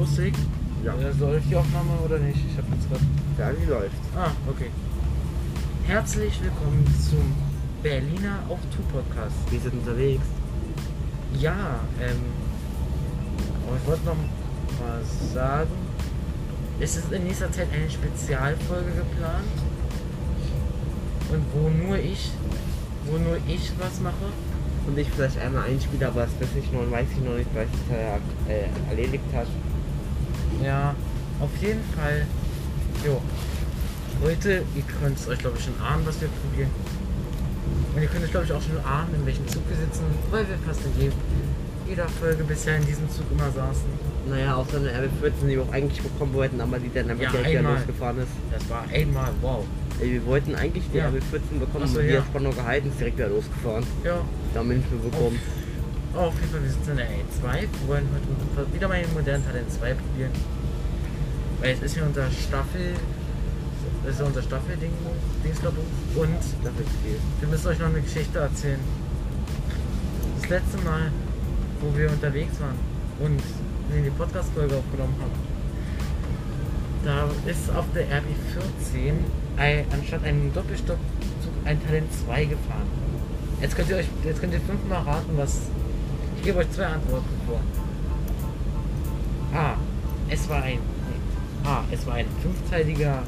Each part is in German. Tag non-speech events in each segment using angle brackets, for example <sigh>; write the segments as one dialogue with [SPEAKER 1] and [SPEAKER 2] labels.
[SPEAKER 1] Aussicht.
[SPEAKER 2] Ja.
[SPEAKER 1] Äh, läuft die Aufnahme oder nicht? Ich habe jetzt gerade.
[SPEAKER 2] Ja, die läuft.
[SPEAKER 1] Ah, okay. Herzlich willkommen zum Berliner Auch Tu Podcast.
[SPEAKER 2] Wir sind unterwegs.
[SPEAKER 1] Ja, ähm. Aber ich wollte noch was sagen. Es ist in nächster Zeit eine Spezialfolge geplant. Und wo nur ich, wo nur ich was mache.
[SPEAKER 2] Und ich vielleicht einmal einspiele, aber das weiß ich noch, weiß ich noch nicht, weil ich es ja, äh, erledigt hat.
[SPEAKER 1] Ja, auf jeden Fall. Jo. Heute, ihr könnt es euch glaube ich schon ahnen, was wir probieren. Und ihr könnt es glaube ich auch schon ahnen, in welchem Zug wir sitzen, weil wir fast in jedem- jeder Folge bisher in diesem Zug immer saßen.
[SPEAKER 2] Naja, außer eine RB14, die wir auch eigentlich bekommen wollten, aber die dann damit
[SPEAKER 1] Ja,
[SPEAKER 2] direkt wieder
[SPEAKER 1] einmal.
[SPEAKER 2] losgefahren ist.
[SPEAKER 1] Das war einmal, wow.
[SPEAKER 2] Ey, wir wollten eigentlich die
[SPEAKER 1] Ja.
[SPEAKER 2] RB14 bekommen,
[SPEAKER 1] Ach so,
[SPEAKER 2] aber die
[SPEAKER 1] ja.
[SPEAKER 2] hat Spannung gehalten, ist direkt wieder losgefahren.
[SPEAKER 1] Ja.
[SPEAKER 2] Da haben wir nicht mehr bekommen.
[SPEAKER 1] Oh, auf jeden Fall, wir sitzen in der A2. Wir wollen heute unseren Ver- wieder mal den modernen Talent 2 probieren. Weil es ist ja unser Staffel. Das ist ja unser Staffel-Ding, Dingsklabuch. Und
[SPEAKER 2] Das ist viel.
[SPEAKER 1] Wir müssen euch noch eine Geschichte erzählen. Das letzte Mal, wo wir unterwegs waren und die Podcast-Folge aufgenommen haben, da ist auf der RB14 ein, anstatt einem Doppelstockzug ein Talent 2 gefahren. Jetzt könnt ihr euch, jetzt könnt ihr fünfmal raten, was. Ich gebe euch zwei Antworten vor. A. Es war ein. nee. A. Es war ein fünfteiliger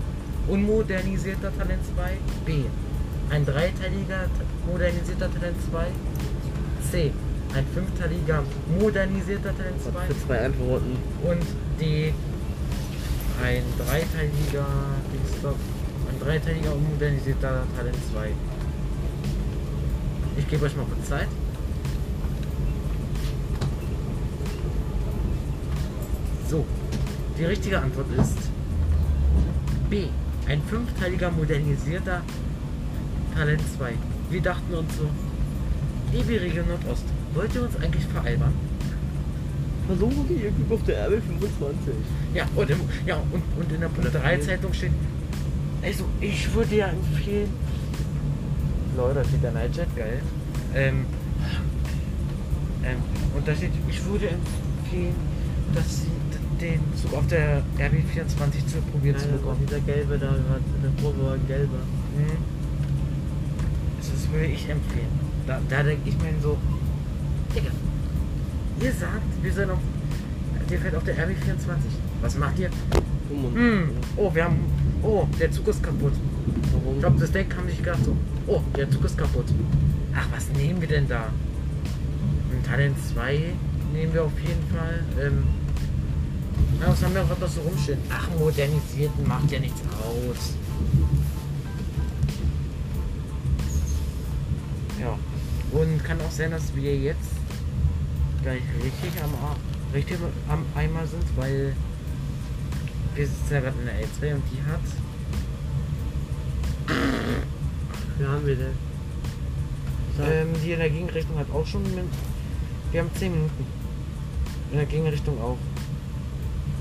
[SPEAKER 1] unmodernisierter Talent 2. B. Ein dreiteiliger t- modernisierter Talent 2. C. Ein fünfteiliger modernisierter Talent
[SPEAKER 2] Das
[SPEAKER 1] 2.
[SPEAKER 2] sind zwei Antworten.
[SPEAKER 1] Und D. Ein dreiteiliger. Dingstock- Ein dreiteiliger unmodernisierter Talent 2. Ich gebe euch mal kurz Zeit. So, die richtige Antwort ist B. Ein fünfteiliger modernisierter Talent 2. Wir dachten uns so, liebe Region Nordost, wollt ihr uns eigentlich veralbern?
[SPEAKER 2] Versuchen wir irgendwie auf der RB25.
[SPEAKER 1] Ja, und, im, ja, und, und in der Punkt
[SPEAKER 2] Oder
[SPEAKER 1] 3
[SPEAKER 2] viel.
[SPEAKER 1] Zeitung steht, also ich würde ja empfehlen. Leute, da steht der Nightjet, geil. Ähm, ähm, und da steht, ich würde empfehlen, dass sie d- den Zug auf der RB24 zu probieren zu
[SPEAKER 3] Nein, das war
[SPEAKER 1] bekommen.
[SPEAKER 3] dieser gelbe da hat in der Probe war ein gelber.
[SPEAKER 1] Mhm. Also, Das würde ich empfehlen. Da, da denke ich mir so, Digga, ihr sagt, wir sollen auf, ihr fährt auf der RB24. Was macht ihr? Hm, oh, wir haben. Oh, der Zug ist kaputt. Ich
[SPEAKER 2] Warum?
[SPEAKER 1] glaube, das Deck haben sich gedacht so. Oh, der Zug ist kaputt. Ach, was nehmen wir denn da? Ein Talent 2 nehmen wir auf jeden Fall. Ähm, na, was haben wir gerade noch so rumstehen? Ach, modernisierten macht ja nichts aus. Ja. Und kann auch sein, dass wir jetzt gleich richtig am, A- richtig am Eimer sind, weil wir sitzen ja gerade in der L2 und die hat.
[SPEAKER 3] Wie haben wir denn? Sag.
[SPEAKER 1] Ähm, die in der Gegenrichtung hat auch schon. Min wir haben 10 Minuten. In der Gegenrichtung auch.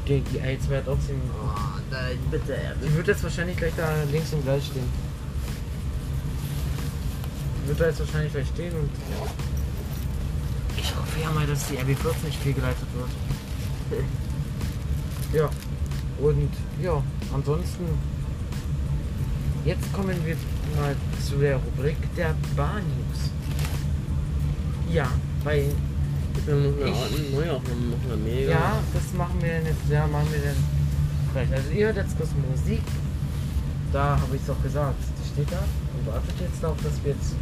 [SPEAKER 1] Die, die L2 hat auch 10 Minuten.
[SPEAKER 2] Oh, nein, bitte RB.
[SPEAKER 1] Die wird jetzt wahrscheinlich gleich da links im Gleis stehen. Die wird da jetzt wahrscheinlich gleich stehen und. Ich hoffe ja mal, dass die RB14 nicht fehlgeleitet wird. <laughs> ja. Und ja, ansonsten. Jetzt kommen wir mal zu der Rubrik der Bar News. Ja, weil.
[SPEAKER 2] Wir haben noch eine
[SPEAKER 1] Ich-
[SPEAKER 2] Ordnung, neu auch noch eine mega.
[SPEAKER 1] Ja, das machen wir denn jetzt. Ja, machen wir denn gleich. Also ihr hört jetzt kurz Musik. Da habe ich es auch gesagt. Die steht da und wartet jetzt darauf, dass wir jetzt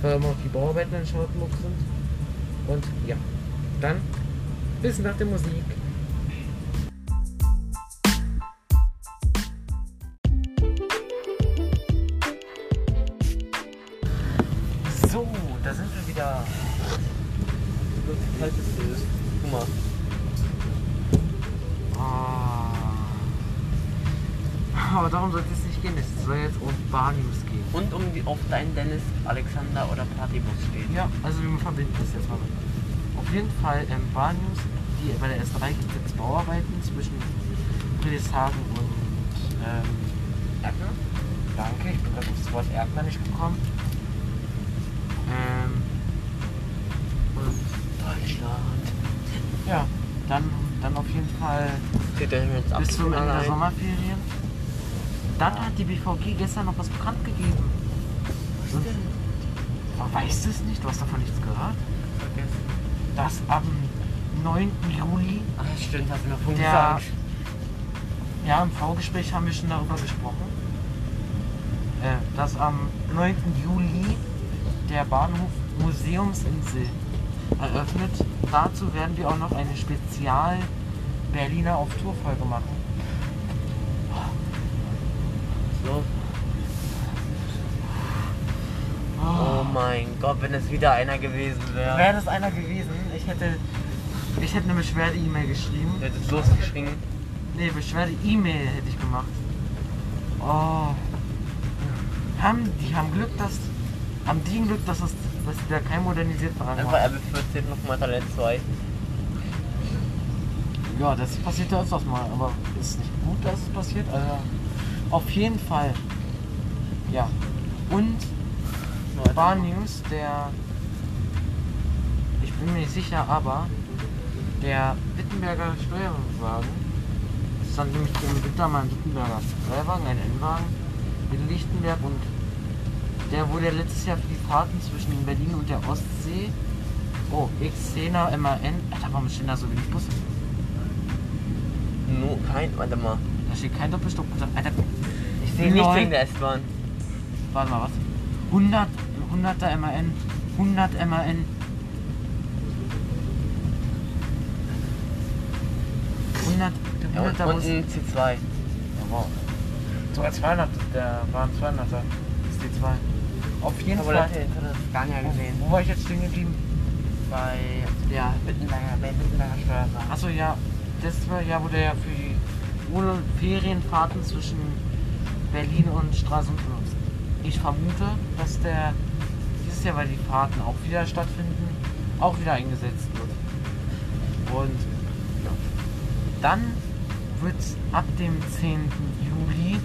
[SPEAKER 1] weil wir auf die Bauarbeiten in Schautenburg sind. Und ja, dann bis nach der Musik. So, da sind wir wieder.
[SPEAKER 2] Halt es ist. Guck mal.
[SPEAKER 1] Ah. Aber darum sollte es nicht gehen. Es soll jetzt um Barnews gehen.
[SPEAKER 2] Und um die auf dein Dennis, Alexander oder Partybus steht.
[SPEAKER 1] Ja, also wir verbinden das jetzt mal. mit. Auf jeden Fall ähm, Barnews, die bei der S3 gibt es jetzt Bauarbeiten zwischen Friedrichshagen und ähm, Erkner. Danke, ich bin gerade auf das Wort Erkner nicht gekommen. Ähm, und
[SPEAKER 2] Deutschland.
[SPEAKER 1] ja, dann, dann auf jeden Fall
[SPEAKER 2] Zieht euch jetzt ab.
[SPEAKER 1] Bis zum Ende der
[SPEAKER 2] Allein.
[SPEAKER 1] Sommerferien. Dann hat die BVG gestern noch was bekannt gegeben. Man weiß es nicht, du hast davon nichts gehört.
[SPEAKER 2] Vergessen.
[SPEAKER 1] Dass am 9. Juli,
[SPEAKER 2] Ach, Ah, stimmt, hast du noch Punkt
[SPEAKER 1] Der-
[SPEAKER 2] gesagt.
[SPEAKER 1] ja im Vorgespräch haben wir schon darüber gesprochen, äh, dass am 9. Juli der Bahnhof Museumsinsel eröffnet. Dazu werden wir auch noch eine Spezial Berliner auf Tour Folge machen.
[SPEAKER 2] So.
[SPEAKER 1] Oh.
[SPEAKER 2] Oh mein Gott, wenn es wieder einer gewesen wäre.
[SPEAKER 1] Wäre das einer gewesen, ich hätte, ich hätte eine Beschwerde-E-Mail geschrieben.
[SPEAKER 2] Wird es losgeschrien.
[SPEAKER 1] Nee, Beschwerde-E-Mail hätte ich gemacht. Oh. Haben, die haben Glück, dass. Haben die ein Glück, dass es dass da kein modernisierter Wagen
[SPEAKER 2] Einfach
[SPEAKER 1] war.
[SPEAKER 2] RB14 nochmal Talent 2.
[SPEAKER 1] Ja, das passiert ja öfters mal, aber ist nicht gut, dass es passiert. Also, auf jeden Fall. Ja. Und Bar News, der. Ich bin mir nicht sicher, aber der Wittenberger Steuerwagen, das ist dann nämlich im Winter mal ein Wittenberger Steuerwagen, ein N-Wagen in Lichtenberg und der wurde letztes Jahr für die Fahrten zwischen Berlin und der Ostsee, oh, X10er, MAN, Alter, warum stehen da so wenig Busse?
[SPEAKER 2] Nur kein, warte mal.
[SPEAKER 1] Da steht kein Doppelstock. Alter,
[SPEAKER 2] Ich sehe nichts
[SPEAKER 1] Neun-
[SPEAKER 2] wegen der S-Bahn.
[SPEAKER 1] Warte mal, was? 100, 100er MAN, 100 MAN.
[SPEAKER 2] Ja,
[SPEAKER 1] 100,
[SPEAKER 2] und,
[SPEAKER 1] 100er
[SPEAKER 2] und
[SPEAKER 1] Bus.
[SPEAKER 2] ein C2.
[SPEAKER 1] Ja, wow. Sogar 200, der waren 200er. Ist die 2. Auf jeden
[SPEAKER 2] Aber
[SPEAKER 1] Fall.
[SPEAKER 2] das hätte das gar nicht
[SPEAKER 1] Wo,
[SPEAKER 2] gesehen.
[SPEAKER 1] wo war ich jetzt stehen geblieben?
[SPEAKER 2] Bei
[SPEAKER 1] Ja.
[SPEAKER 2] Wittenberger, bei Wittenberger Steuerwagen.
[SPEAKER 1] Achso, ja. Das war ja, wo der ja für die Urlaub- Ferienfahrten zwischen Berlin und Stralsund benutzt. Ich vermute, dass der dieses Jahr, weil die Fahrten auch wieder stattfinden, auch wieder eingesetzt wird. Und ja. dann wird ab dem 10. Juli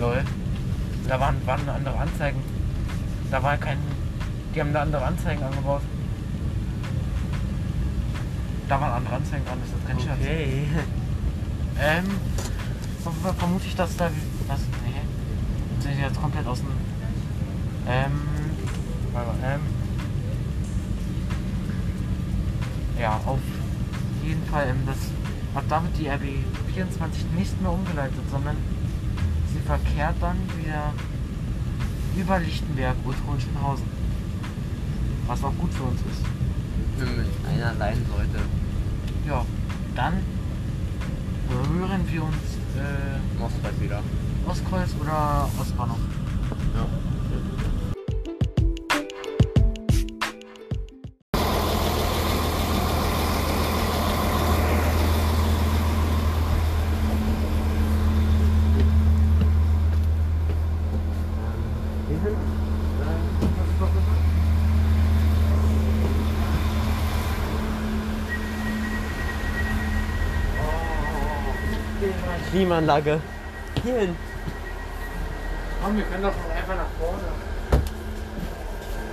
[SPEAKER 1] Lol. Da waren, waren andere Anzeigen. Da war kein. Die haben da andere Anzeigen angebaut. Da waren andere Anzeigen dran, das ist kein Scherz.
[SPEAKER 2] Okay.
[SPEAKER 1] Ähm, ver- ver- vermute ich, dass da. Was? Nee. Jetzt Sind die jetzt komplett aus dem. Ähm. Warte mal, ähm. Ja, auf jeden Fall. Ähm, das hat damit die RB24 nicht mehr umgeleitet, sondern sie verkehrt dann wieder über Lichtenberg und Hohenschönhausen. Was auch gut für uns ist.
[SPEAKER 2] Wenn einer sein sollte.
[SPEAKER 1] Ja, dann hören wir uns. Äh,
[SPEAKER 2] Machst bald halt wieder.
[SPEAKER 1] Ostkreuz oder Ostbahnhof?
[SPEAKER 2] Ja. Klimaanlage. Hier hin.
[SPEAKER 1] Komm, wir können doch einfach nach vorne.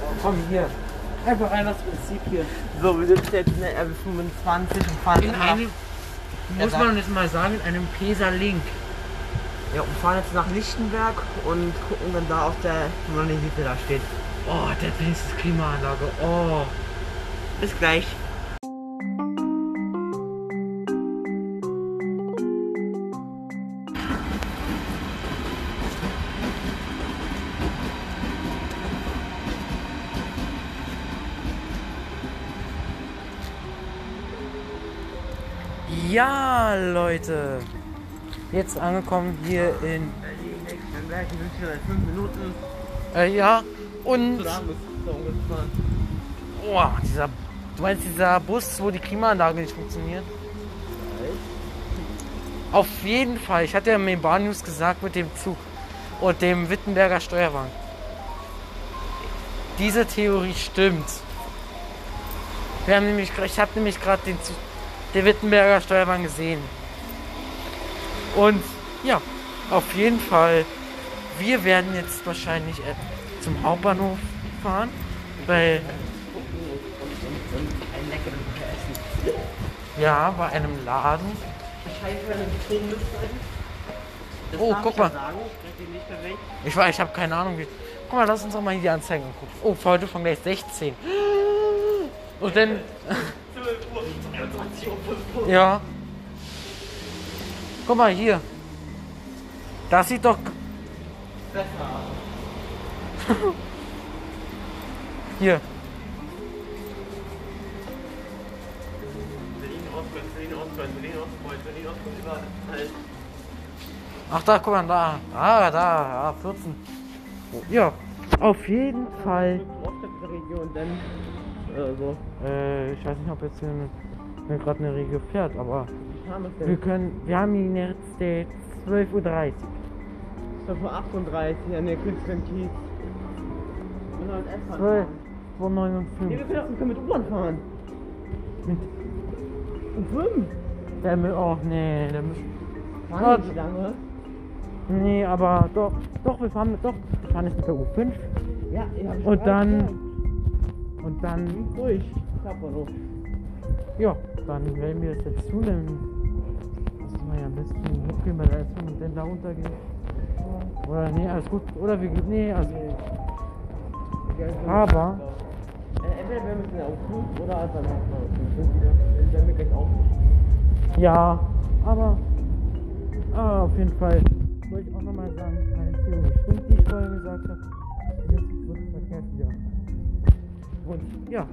[SPEAKER 1] Oh, Komm hier. Einfach rein das Prinzip hier.
[SPEAKER 2] So, wir sind jetzt in der RB25 und fahren
[SPEAKER 1] In
[SPEAKER 2] nach-
[SPEAKER 1] einem, muss
[SPEAKER 2] Ja,
[SPEAKER 1] man jetzt mal sagen, in einem Pesa Link.
[SPEAKER 2] ja, und fahren jetzt nach Lichtenberg und gucken, wenn da auf der Monolithe da steht.
[SPEAKER 1] Oh, der wenigstens Klimaanlage. Oh.
[SPEAKER 2] Bis gleich.
[SPEAKER 1] Ja, Leute. Jetzt angekommen hier in.
[SPEAKER 2] Dann gleich in München in 5 Minuten
[SPEAKER 1] Äh, ja. Und.
[SPEAKER 2] zusammen.
[SPEAKER 1] Oh, dieser. Du meinst dieser Bus, wo die Klimaanlage nicht funktioniert? Auf jeden Fall. Ich hatte ja im Bahn News gesagt mit dem Zug und dem Wittenberger Steuerwagen. Diese Theorie stimmt. Wir haben nämlich, ich habe nämlich gerade den, Zug- den Wittenberger Steuerwagen gesehen. Und ja, auf jeden Fall. Wir werden jetzt wahrscheinlich äh, zum Hauptbahnhof fahren. bei,
[SPEAKER 2] Ein leckeres Essen.
[SPEAKER 1] ja, bei einem Laden.
[SPEAKER 2] Wahrscheinlich eine betrunkene Freundin. Das
[SPEAKER 1] Oh,
[SPEAKER 2] darf
[SPEAKER 1] guck
[SPEAKER 2] ich
[SPEAKER 1] mal.
[SPEAKER 2] ja Sagen. Ich krieg die nicht mehr weg.
[SPEAKER 1] Ich weiß, ich habe keine Ahnung wie. Guck mal, lass uns doch mal hier die Anzeigen angucken. Oh, für heute von gleich 16. Und dann,
[SPEAKER 2] 12 Uhr, 23 Uhr, 5 Uhr.
[SPEAKER 1] ja. Guck mal hier. Das sieht doch <laughs>
[SPEAKER 2] Besser.
[SPEAKER 1] hier.
[SPEAKER 2] Berlin Ostbahn, Berlin Ostbahn, Berlin Ostbahn, Berlin Ostbahn, überall. Halt.
[SPEAKER 1] Ach da, guck mal da. Ah, da, ah, 14. Oh, Ja, auf jeden Fall.
[SPEAKER 2] Region, dann. Äh, so.
[SPEAKER 1] Äh, ich weiß nicht, ob jetzt hier eine- eine- gerade eine Regel fährt, aber
[SPEAKER 2] Ich habe es
[SPEAKER 1] wir
[SPEAKER 2] denn.
[SPEAKER 1] können, wir haben ihn jetzt äh, 12.30 Uhr.
[SPEAKER 2] Ich bin vor 38 an der Künstlerin Kiez. Wir können mit S-Bahn fahren. Nee, wir
[SPEAKER 1] 12.59
[SPEAKER 2] können, auch- wir können mit U-Bahn fahren.
[SPEAKER 1] Mit
[SPEAKER 2] Um 5.
[SPEAKER 1] der Müll, oh nee, der Müll.
[SPEAKER 2] Fahren wir nicht lange?
[SPEAKER 1] Nee, aber doch, doch, wir fahren, doch, wir fahren jetzt mit der U5
[SPEAKER 2] Ja, ich hab
[SPEAKER 1] Und
[SPEAKER 2] schon
[SPEAKER 1] dann-
[SPEAKER 2] gesagt.
[SPEAKER 1] und dann,
[SPEAKER 2] Bin Durch. Ich hab auch noch.
[SPEAKER 1] ja, dann werden wir es jetzt zunehmen. Das können wir ja am besten hochgehen bei der S5 und dann da runtergehen. Oder nee, alles gut, oder wir, nee, also, aber,
[SPEAKER 2] Äh, entweder wir müssen auf 5 oder dann machen wir auf 5 wieder. Dann werden wir gleich auf.
[SPEAKER 1] Ja, aber, aber auf jeden Fall wollte ich auch nochmal sagen, meine Theorie stimmt, um die ich vorher gesagt habe. Jetzt wird es verkehrt wieder. Und ja.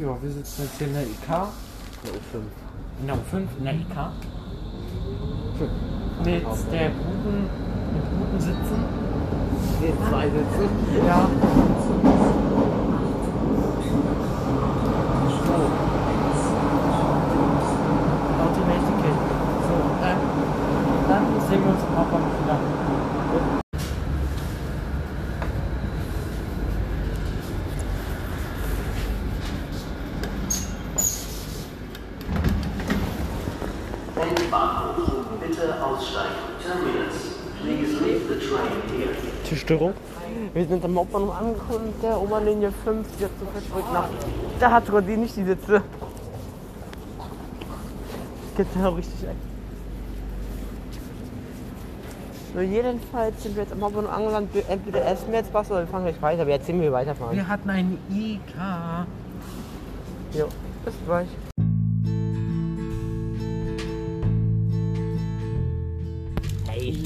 [SPEAKER 1] Ja, wir sitzen jetzt hier in der E IK.
[SPEAKER 2] Ja, um auf 5.
[SPEAKER 1] In der U5, in der IK. Mit der guten, mit guten Sitzen.
[SPEAKER 2] Nee, zwei Sitze.
[SPEAKER 1] Ja. Automatically. So, dann, äh, dann sehen wir uns im Hauptbahnhof wieder.
[SPEAKER 4] Im Bahnhof bitte aussteigen. Terminus. Please leave the train here.
[SPEAKER 2] Tischstörung. Wir sind am Hauptbahnhof angekommen mit der Oberlinie 5, die hat so viel zurück nach. Da hat sogar die nicht die Sitze. Geht da richtig ein. So, jedenfalls sind wir jetzt am Hauptbahnhof angelangt. Wir- Entweder essen wir jetzt was oder wir fahren gleich weiter. Wir erzählen, wie wir weiterfahren.
[SPEAKER 1] Wir hatten einen IK.
[SPEAKER 2] Jo, bis gleich. Hey.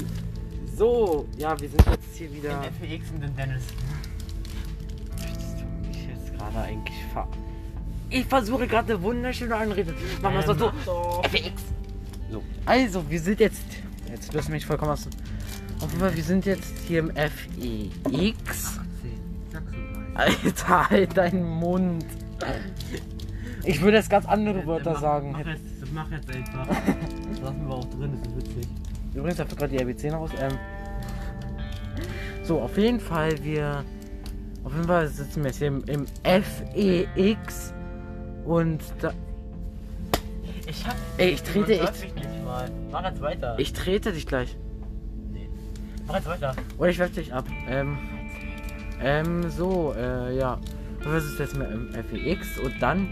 [SPEAKER 1] So, ja, wir sind jetzt hier wieder.
[SPEAKER 2] FX und den Dennis.
[SPEAKER 1] Möchtest du mich jetzt gerade eigentlich ver... Ich versuche gerade eine wunderschöne Anrede. Machen
[SPEAKER 2] Äh,
[SPEAKER 1] wir es doch so. FX. So. Also, wir sind jetzt... Jetzt löst mich vollkommen aus. Auf jeden Fall, wir sind jetzt hier im FEX. Alter, halt deinen Mund. Ich würde jetzt ganz andere Wörter sagen.
[SPEAKER 2] Mach jetzt, mach jetzt
[SPEAKER 1] <laughs>
[SPEAKER 2] einfach. Das lassen wir auch drin, das ist witzig.
[SPEAKER 1] Übrigens habe ich gerade die ABC raus. Ähm. So, auf jeden Fall, wir. Auf jeden Fall sitzen wir jetzt hier im, im FEX und da.
[SPEAKER 2] Ich hab.
[SPEAKER 1] Ey, ich trete, ich,
[SPEAKER 2] Überzeug mich nicht mal. Mach jetzt weiter.
[SPEAKER 1] ich trete dich gleich.
[SPEAKER 2] Mach jetzt weiter.
[SPEAKER 1] Oder ich werfe dich ab. Ähm. Ähm, so, äh, ja. Wir sitzen jetzt mal im FEX und dann.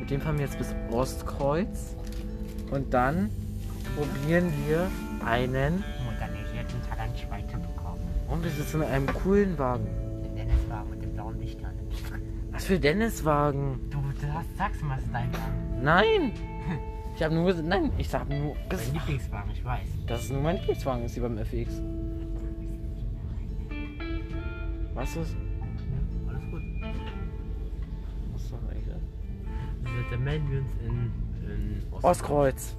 [SPEAKER 1] Mit dem fahren wir jetzt bis Ostkreuz. Und dann probieren wir einen.
[SPEAKER 4] Mutter, ich jetzt einen Talent Schweizer bekommen.
[SPEAKER 1] Und wir sitzen in einem coolen Wagen.
[SPEAKER 4] Den Dennis war mit dem blauen Licht an.
[SPEAKER 1] Was für Dennis-Wagen?
[SPEAKER 4] Du, du hast, sagst mal, es ist dein Wagen.
[SPEAKER 1] Nein! Ich habe nur gesagt, nein, ich habe nur
[SPEAKER 4] Dein
[SPEAKER 1] gesagt,
[SPEAKER 4] Lieblingswagen, ich weiß.
[SPEAKER 1] dass es nur mein Lieblingswagen ist hier beim FX. Was ist?
[SPEAKER 2] Ja, alles gut.
[SPEAKER 1] Was ist doch eigentlich?
[SPEAKER 2] Wir sind melden wir uns in, in Ost.
[SPEAKER 1] Ostkreuz.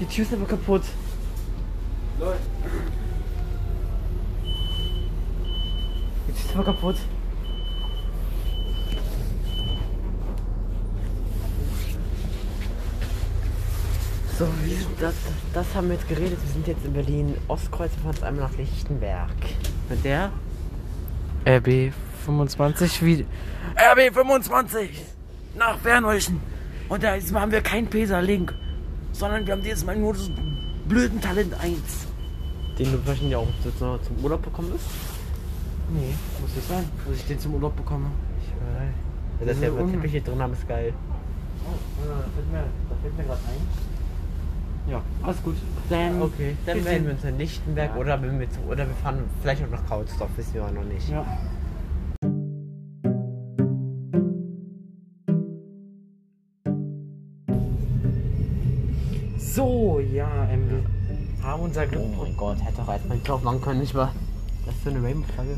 [SPEAKER 1] Die Tür ist aber kaputt.
[SPEAKER 2] war kaputt. So, wir sind, das, das haben wir jetzt geredet. Wir sind jetzt in Berlin Ostkreuz und fahren jetzt einmal nach Lichtenberg. Mit der?
[SPEAKER 1] RB25 wieder. RB25! Nach Berneuchen! Und da diesmal haben wir keinen Pesa-Link, sondern wir haben dieses Mal nur das blöden Talent 1.
[SPEAKER 2] Den du wahrscheinlich auch jetzt noch zum Urlaub bekommen ist.
[SPEAKER 1] Nee, muss das sein, dass ich den zum Urlaub bekomme.
[SPEAKER 2] Ich weiß. Ja, dass wir
[SPEAKER 1] Mhm.
[SPEAKER 2] Teppiche drin haben, ist geil.
[SPEAKER 1] Oh, da fällt mir, gerade ein.
[SPEAKER 2] Ja.
[SPEAKER 1] Alles gut.
[SPEAKER 2] Dann,
[SPEAKER 1] Okay.
[SPEAKER 2] dann
[SPEAKER 1] Wir
[SPEAKER 2] werden
[SPEAKER 1] sehen
[SPEAKER 2] wir uns in Lichtenberg
[SPEAKER 1] Ja.
[SPEAKER 2] oder, wenn wir zu, oder wir fahren vielleicht auch nach Krautsdorf, wissen wir auch noch nicht.
[SPEAKER 1] Ja. So, ja, ähm, wir haben unser Glück.
[SPEAKER 2] Oh mein Gott, hätte doch erstmal den Knopf machen können, nicht wahr? Das ist so eine Rainbow-Flagge.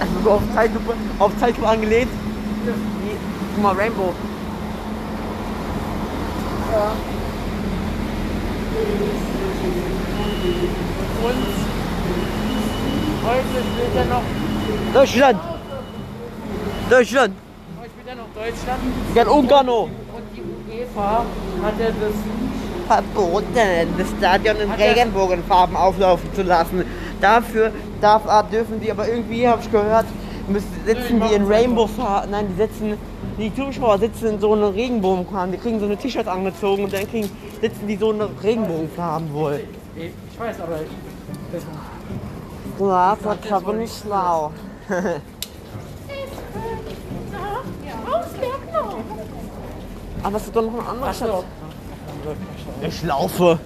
[SPEAKER 2] Also so auf Zeitlupe, auf Zeitlupe angelehnt. Wie, guck mal, Rainbow.
[SPEAKER 1] Heute spielt er noch,
[SPEAKER 2] Deutschland! Deutschland!
[SPEAKER 1] heute spielt er noch Deutschland
[SPEAKER 2] Gern Ungarno!
[SPEAKER 1] und die UEFA hatte das
[SPEAKER 2] Verboten, das Stadion in Regenbogenfarben auflaufen zu lassen. Dafür darf, ah, dürfen die, aber irgendwie, habe ich gehört, müssen, sitzen die in Rainbow-Farben. Nein, die sitzen, die Zuschauer sitzen in so einer Regenbogenfarben. Die kriegen so eine T-Shirt angezogen und dann kriegen, sitzen die so in einer Regenbogenfarben wohl.
[SPEAKER 1] Ich weiß, aber ich, das,
[SPEAKER 2] Ja, das war nicht schlau. Aber es ist doch noch ein anderer Schatz. Ich laufe.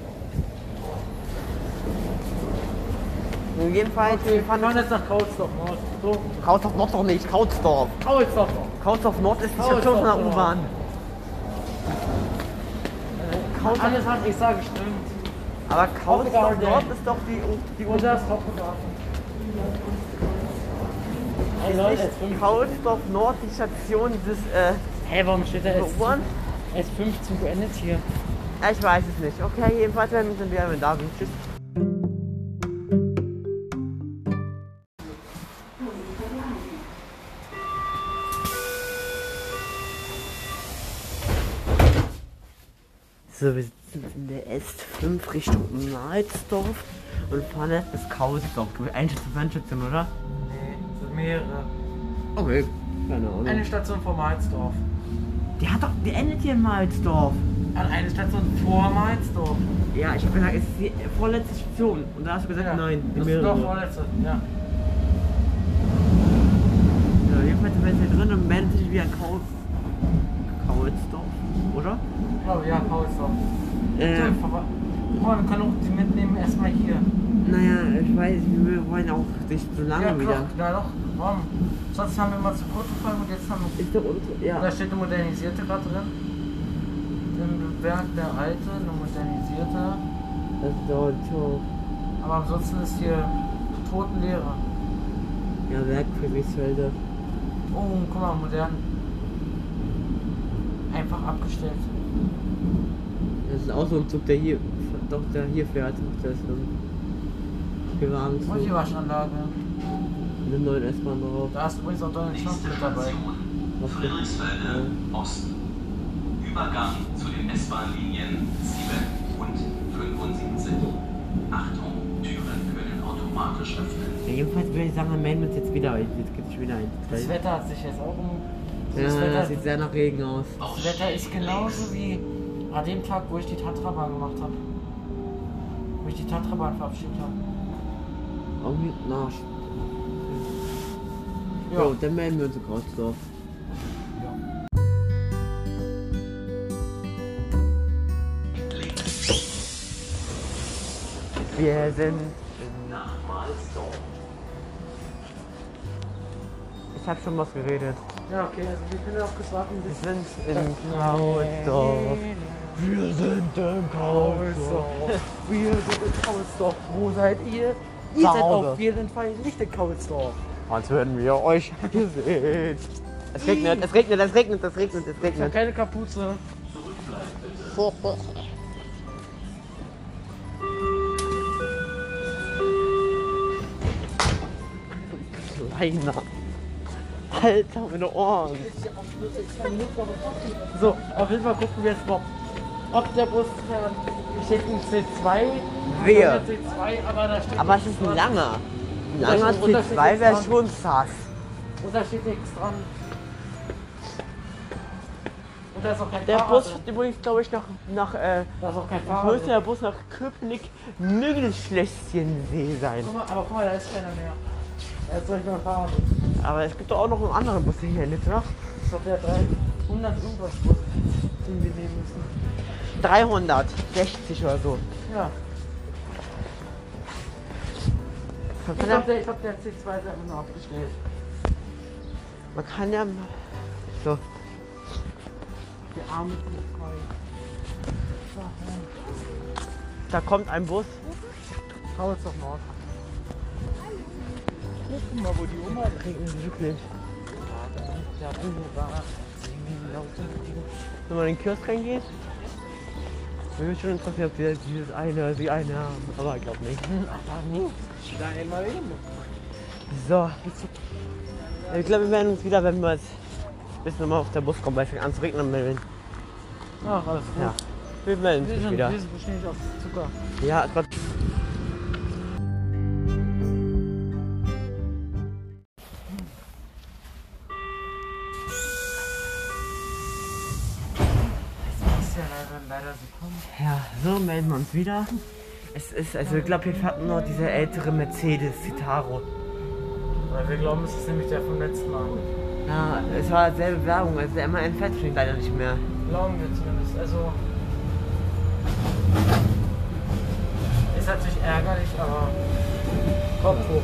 [SPEAKER 2] Jedenfalls, wir fahren
[SPEAKER 1] wir fahren jetzt nach Kautzdorf. Maus. So,
[SPEAKER 2] Kautsdorf Nord doch nicht, Kautsdorf.
[SPEAKER 1] Kautzdorf.
[SPEAKER 2] Kautsdorf Nord ist die Station
[SPEAKER 1] Kautsdorf
[SPEAKER 2] von der
[SPEAKER 1] Nord.
[SPEAKER 2] U-Bahn.
[SPEAKER 1] Alles hat ich sage stimmt.
[SPEAKER 2] Aber Kautsdorf
[SPEAKER 1] Hauptgarde.
[SPEAKER 2] Nord ist doch die, U- die
[SPEAKER 1] Die Unter ist Hauptbewahrung. Hey Leute,
[SPEAKER 2] nicht
[SPEAKER 1] S5.
[SPEAKER 2] Kautsdorf Nord, die Station des äh,
[SPEAKER 1] Hey, warum steht da S5?
[SPEAKER 2] U-Bahn.
[SPEAKER 1] S5 zum beendet hier.
[SPEAKER 2] Ja, Ich weiß es nicht. Okay, jedenfalls werden wir dann wieder mit Darwin. Tschüss. So, wir sitzen in der S5 Richtung Nalsdorf und fahren jetzt bis Kausdorf. Eine Station, eine Station, oder?
[SPEAKER 1] Nee, sind mehrere.
[SPEAKER 2] Okay. Keine Ahnung.
[SPEAKER 1] Eine Station vor Malzdorf.
[SPEAKER 2] Äh, die hat doch, die endet hier in Malsdorf.
[SPEAKER 1] An Ah, eine Station vor Malzdorf.
[SPEAKER 2] Ja, ich hab gesagt, es ist die vorletzte Station. Und da hast du gesagt, nein, die
[SPEAKER 1] das ist
[SPEAKER 2] mehrere.
[SPEAKER 1] doch vorletzte. Ja.
[SPEAKER 2] Ja, jedenfalls sind wir jetzt hier drin und melden sich wieder in Kaul Kaulsdorf, oder?
[SPEAKER 1] Ich glaube, ja, Kautzdorf.
[SPEAKER 2] Äh,
[SPEAKER 1] So, vorbei. Guck mal, wir können auch die mitnehmen erstmal hier.
[SPEAKER 2] naja, ich weiß, wir wollen auch nicht so lange
[SPEAKER 1] Ja,
[SPEAKER 2] wieder.
[SPEAKER 1] doch, na doch, warum? Sonst haben wir mal zu kurz gefallen und jetzt haben wir
[SPEAKER 2] Ist doch unsere,
[SPEAKER 1] Da
[SPEAKER 2] ja.
[SPEAKER 1] steht eine modernisierte gerade drin. Im Werk der alte, eine modernisierte.
[SPEAKER 2] Das ist doch ein Tor.
[SPEAKER 1] Aber ansonsten ist hier Totenlehre.
[SPEAKER 2] Ja, Werk für Griesfelder.
[SPEAKER 1] Oh, guck mal, modern. Einfach abgestellt.
[SPEAKER 2] Das ist auch so ein Zug, der hier, doch, der hier fährt. Das ist ein
[SPEAKER 1] Und die
[SPEAKER 2] Gewarnzug.
[SPEAKER 1] Waschanlage.
[SPEAKER 2] Mit einem neuen S-Bahn drauf.
[SPEAKER 1] Da ist übrigens auch Donald Trump
[SPEAKER 5] Nächste
[SPEAKER 1] mit dabei.
[SPEAKER 5] Station
[SPEAKER 2] Was denn?
[SPEAKER 5] Friedrichsfelde Osten. Übergang zu den S-Bahn-Linien 7 und 75. Achtung, Türen können automatisch öffnen.
[SPEAKER 2] Ja, jedenfalls würde ich sagen, dann melden wir uns jetzt wieder. Jetzt gibt es schon wieder ein.
[SPEAKER 1] Das Wetter hat sich jetzt auch um. Das,
[SPEAKER 2] Ja, das
[SPEAKER 1] Wetter,
[SPEAKER 2] sieht sehr nach Regen aus.
[SPEAKER 1] das Wetter ist genauso wie an dem Tag, wo ich die Tatrabahn gemacht habe. Wo ich die Tatrabahn verabschiedet habe.
[SPEAKER 2] Irgendwie, na,
[SPEAKER 1] Ja.
[SPEAKER 2] jo, dann melden wir uns in Kreuzdorf. Wir sind. Ich hab schon was geredet.
[SPEAKER 1] ja, okay, also wir können auch kurz warten, bis
[SPEAKER 2] Wir sind in Krautdorf. Wir sind in
[SPEAKER 1] Kaulsdorf. Wir sind in Kaulsdorf. Wo seid ihr? Ihr
[SPEAKER 2] Zu
[SPEAKER 1] seid
[SPEAKER 2] Hause.
[SPEAKER 1] auf jeden Fall nicht in Kaulsdorf.
[SPEAKER 2] Als würden wir euch <laughs> gesehen. Es regnet, es regnet, es regnet, es regnet, es
[SPEAKER 1] Ich habe
[SPEAKER 2] regnet.
[SPEAKER 1] keine Kapuze.
[SPEAKER 2] einer. Alter, meine Ohren.
[SPEAKER 1] So, auf jeden Fall gucken wir jetzt mal, ob der Bus äh, steht ein C2.
[SPEAKER 2] Wehe.
[SPEAKER 1] C2, aber da steht
[SPEAKER 2] Aber es
[SPEAKER 1] nichts
[SPEAKER 2] ist ein
[SPEAKER 1] dran.
[SPEAKER 2] langer. Ein
[SPEAKER 1] Das
[SPEAKER 2] langer
[SPEAKER 1] ist ein Unterschied
[SPEAKER 2] T2 wäre
[SPEAKER 1] jetzt
[SPEAKER 2] schon sass.
[SPEAKER 1] Und da steht nichts dran. Und da ist auch kein
[SPEAKER 2] Der
[SPEAKER 1] Fahrer
[SPEAKER 2] Bus
[SPEAKER 1] drin.
[SPEAKER 2] hat übrigens, glaube ich, nach, nach äh,
[SPEAKER 1] Da ist auch kein Fahrer
[SPEAKER 2] müsste
[SPEAKER 1] drin.
[SPEAKER 2] der Bus nach Köpenick-Mügelschlechtchensee sein.
[SPEAKER 1] Guck mal, aber guck mal, da ist keiner mehr. Da ist doch nicht mehr ein Fahrer drin.
[SPEAKER 2] Aber es gibt doch auch noch einen anderen Bus hier in ne? Lippstadt.
[SPEAKER 1] Ich glaube, der 300 irgendwas Bus, den wir nehmen müssen.
[SPEAKER 2] 360 oder so.
[SPEAKER 1] Ja, ich
[SPEAKER 2] Man kann
[SPEAKER 1] glaube,
[SPEAKER 2] ja,
[SPEAKER 1] der, ich glaub, der C2 ist einfach nur abgestellt.
[SPEAKER 2] man kann ja so,
[SPEAKER 1] Die arme C2.
[SPEAKER 2] da kommt ein Bus.
[SPEAKER 1] Schau uns doch mal an. Guck mal, wo die Oma
[SPEAKER 2] Trinken Sie wirklich.
[SPEAKER 1] ist.
[SPEAKER 2] Wenn man in den Kiosk reingeht, würde mich schon interessieren, ob wir dieses eine, die eine haben. Aber ich glaube nicht. <laughs>
[SPEAKER 1] Da einmal eben.
[SPEAKER 2] So. Ich glaube, wir werden uns wieder, wenn wir jetzt bis nochmal auf der Bus kommen, weil es fängt an zu regnen. Wenn,
[SPEAKER 1] Ach, alles gut.
[SPEAKER 2] ja. Wir melden
[SPEAKER 1] Wir
[SPEAKER 2] uns
[SPEAKER 1] sind,
[SPEAKER 2] wieder.
[SPEAKER 1] wir sind wahrscheinlich auf Zucker.
[SPEAKER 2] Ja, Gott.
[SPEAKER 1] Ist ja leider, leider so kommen.
[SPEAKER 2] Ja, so melden wir uns wieder. Es ist, also ich glaube, wir hatten noch diese ältere Mercedes Citaro.
[SPEAKER 1] Weil wir glauben, es ist nämlich der vom letzten Mal.
[SPEAKER 2] Ja, es war dieselbe Werbung, also der MAN fährt schon leider nicht mehr.
[SPEAKER 1] Glauben wir zumindest. Also. Ist natürlich ärgerlich, aber. Kopf hoch.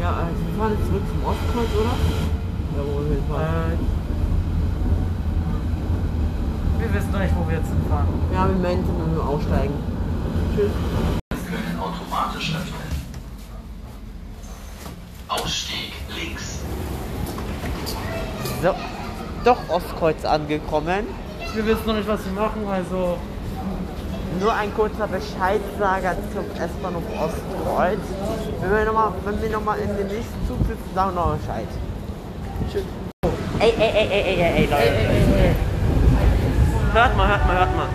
[SPEAKER 2] Ja, also wir fahren jetzt zurück zum Ostkreuz, oder? Ja, wo wir fahren.
[SPEAKER 1] Äh, wir wissen noch nicht, wo wir jetzt hinfahren.
[SPEAKER 2] Ja, wir melden uns und nur aussteigen. Tschüss.
[SPEAKER 5] können automatisch öffnen. Ausstieg links.
[SPEAKER 2] So, doch Ostkreuz angekommen.
[SPEAKER 1] Wir wissen noch nicht, was wir machen, also.
[SPEAKER 2] Nur ein kurzer Bescheidsager zum S-Bahnhof Ostkreuz. Wenn wir nochmal wenn wir noch mal in den nächsten Zug sitzen, sagen wir noch Bescheid. Tschüss. Ey, ey, ey, ey, ey, ey, ey, Leute. Hört mal, hört mal, hört mal.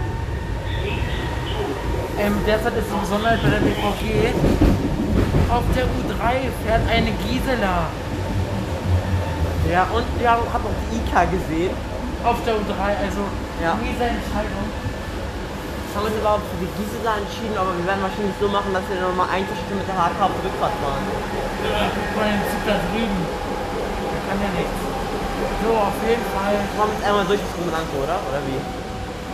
[SPEAKER 1] Ähm, derzeit ist die Besonderheit bei der BVG. Auf der U3 fährt eine Gisela.
[SPEAKER 2] Ja, und wir haben haben auch Ika gesehen.
[SPEAKER 1] Auf der U3, also
[SPEAKER 2] Ja.
[SPEAKER 1] diese Entscheidung.
[SPEAKER 2] Das haben wir uns überhaupt für die Gisela entschieden, aber wir werden wahrscheinlich so machen, dass wir nochmal eine Stunde mit der HK auf die Rückfahrt fahren.
[SPEAKER 1] Von dem Zug da drüben. Da kann ja nichts. So, auf jeden Fall.
[SPEAKER 2] Wir fahren jetzt einmal durch bis Rumlanke, oder? Oder wie?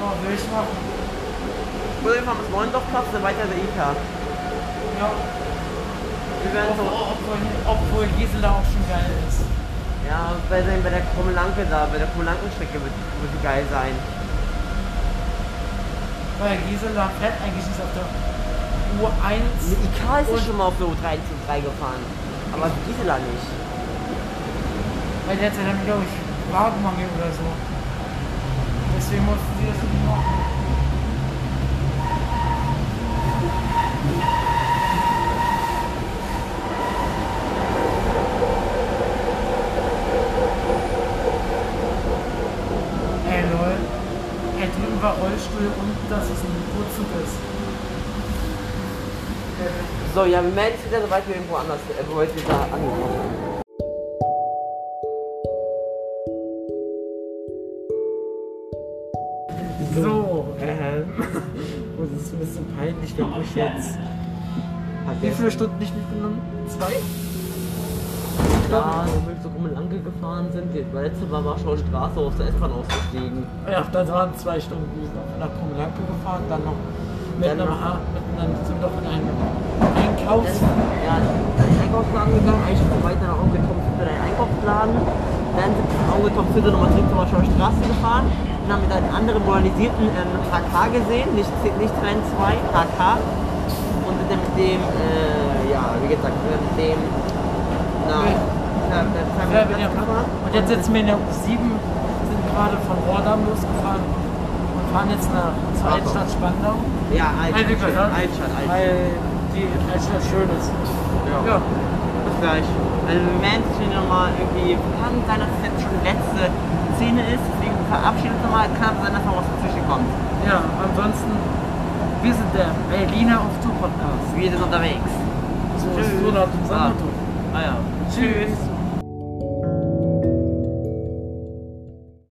[SPEAKER 1] Oh, will ich machen.
[SPEAKER 2] Oder wir fahren bis Mollendorfplatz, dann weiter der Ika.
[SPEAKER 1] Ja.
[SPEAKER 2] Wir werden so
[SPEAKER 1] Obwohl, obwohl Gisela auch schon geil ist.
[SPEAKER 2] Ja, bei der, bei der Krummelanke da, bei der Krummelankenstrecke wird, wird die geil sein.
[SPEAKER 1] Weil Gisela fährt eigentlich nicht auf der
[SPEAKER 2] Die
[SPEAKER 1] U1.
[SPEAKER 2] IK ist ja
[SPEAKER 1] Und-
[SPEAKER 2] schon mal auf der U3 zu 3 gefahren, aber die Gisela nicht.
[SPEAKER 1] Weil der hat ja dann, glaube ich, Wagenmangel oder so. Deswegen mussten sie das nicht machen. Ey, lol. Ey, drüben war Rollstuhl und dass es ein Kurzug ist.
[SPEAKER 2] So, ja, wir melden uns wieder, sobald wir irgendwo anders, äh, wo wir da angekommen sind.
[SPEAKER 1] So, ähm. Das ist ein bisschen peinlich, wenn ich jetzt.
[SPEAKER 2] Hat
[SPEAKER 1] Wie
[SPEAKER 2] der
[SPEAKER 1] viele Stunden nicht mitgenommen? Zwei?
[SPEAKER 2] da, wo wir so Krummelanke gefahren sind, die das letzte Mal war schon Straße aus der S-Bahn ausgestiegen.
[SPEAKER 1] Ja, das waren zwei Stunden. Wir sind nach Kumelanke gefahren, dann noch mit einem
[SPEAKER 2] Dann noch-
[SPEAKER 1] Ha- mit einem, sind doch in einem Einkaufs.
[SPEAKER 2] Ja, dann ist Einkaufsladen gegangen, eigentlich schon weiter nach Onkel Tom Fütter in den Einkaufsladen. Dann sind wir von Onkel Tom Fütter nochmal zurück zur Warschauer Straße gefahren. Dann haben wir da den anderen modernisierten ähm, HK gesehen, nicht, nicht Trend 2, HK. Und mit dem, dem äh, ja, wie gesagt, mit dem, na,
[SPEAKER 1] Nee.
[SPEAKER 2] na, mit der
[SPEAKER 1] Ja, bin ja.
[SPEAKER 2] Kamera.
[SPEAKER 1] Und jetzt sitzen wir in der U7, sind gerade von Rotterdam losgefahren und fahren jetzt nach zur
[SPEAKER 2] Warschau.
[SPEAKER 1] Altstadt Spandau.
[SPEAKER 2] Ja,
[SPEAKER 1] Weil wir
[SPEAKER 2] Altstadt,
[SPEAKER 1] gehört-
[SPEAKER 2] Altstadt, Altstadt.
[SPEAKER 1] Weil die Altstadt schön ist. Ja. Das
[SPEAKER 2] Frankreich. Also wir werden jetzt hier nochmal irgendwie, kann sein, dass es jetzt schon die letzte Szene ist, deswegen verabschieden wir uns nochmal, kann sein, dass noch was dazwischen kommt.
[SPEAKER 1] Ja, ansonsten, wir sind der Berliner auf Tour Podcast.
[SPEAKER 2] Wir sind unterwegs.
[SPEAKER 1] So ist Ronald und Sandro.
[SPEAKER 2] Ah ja.
[SPEAKER 1] Tschüss.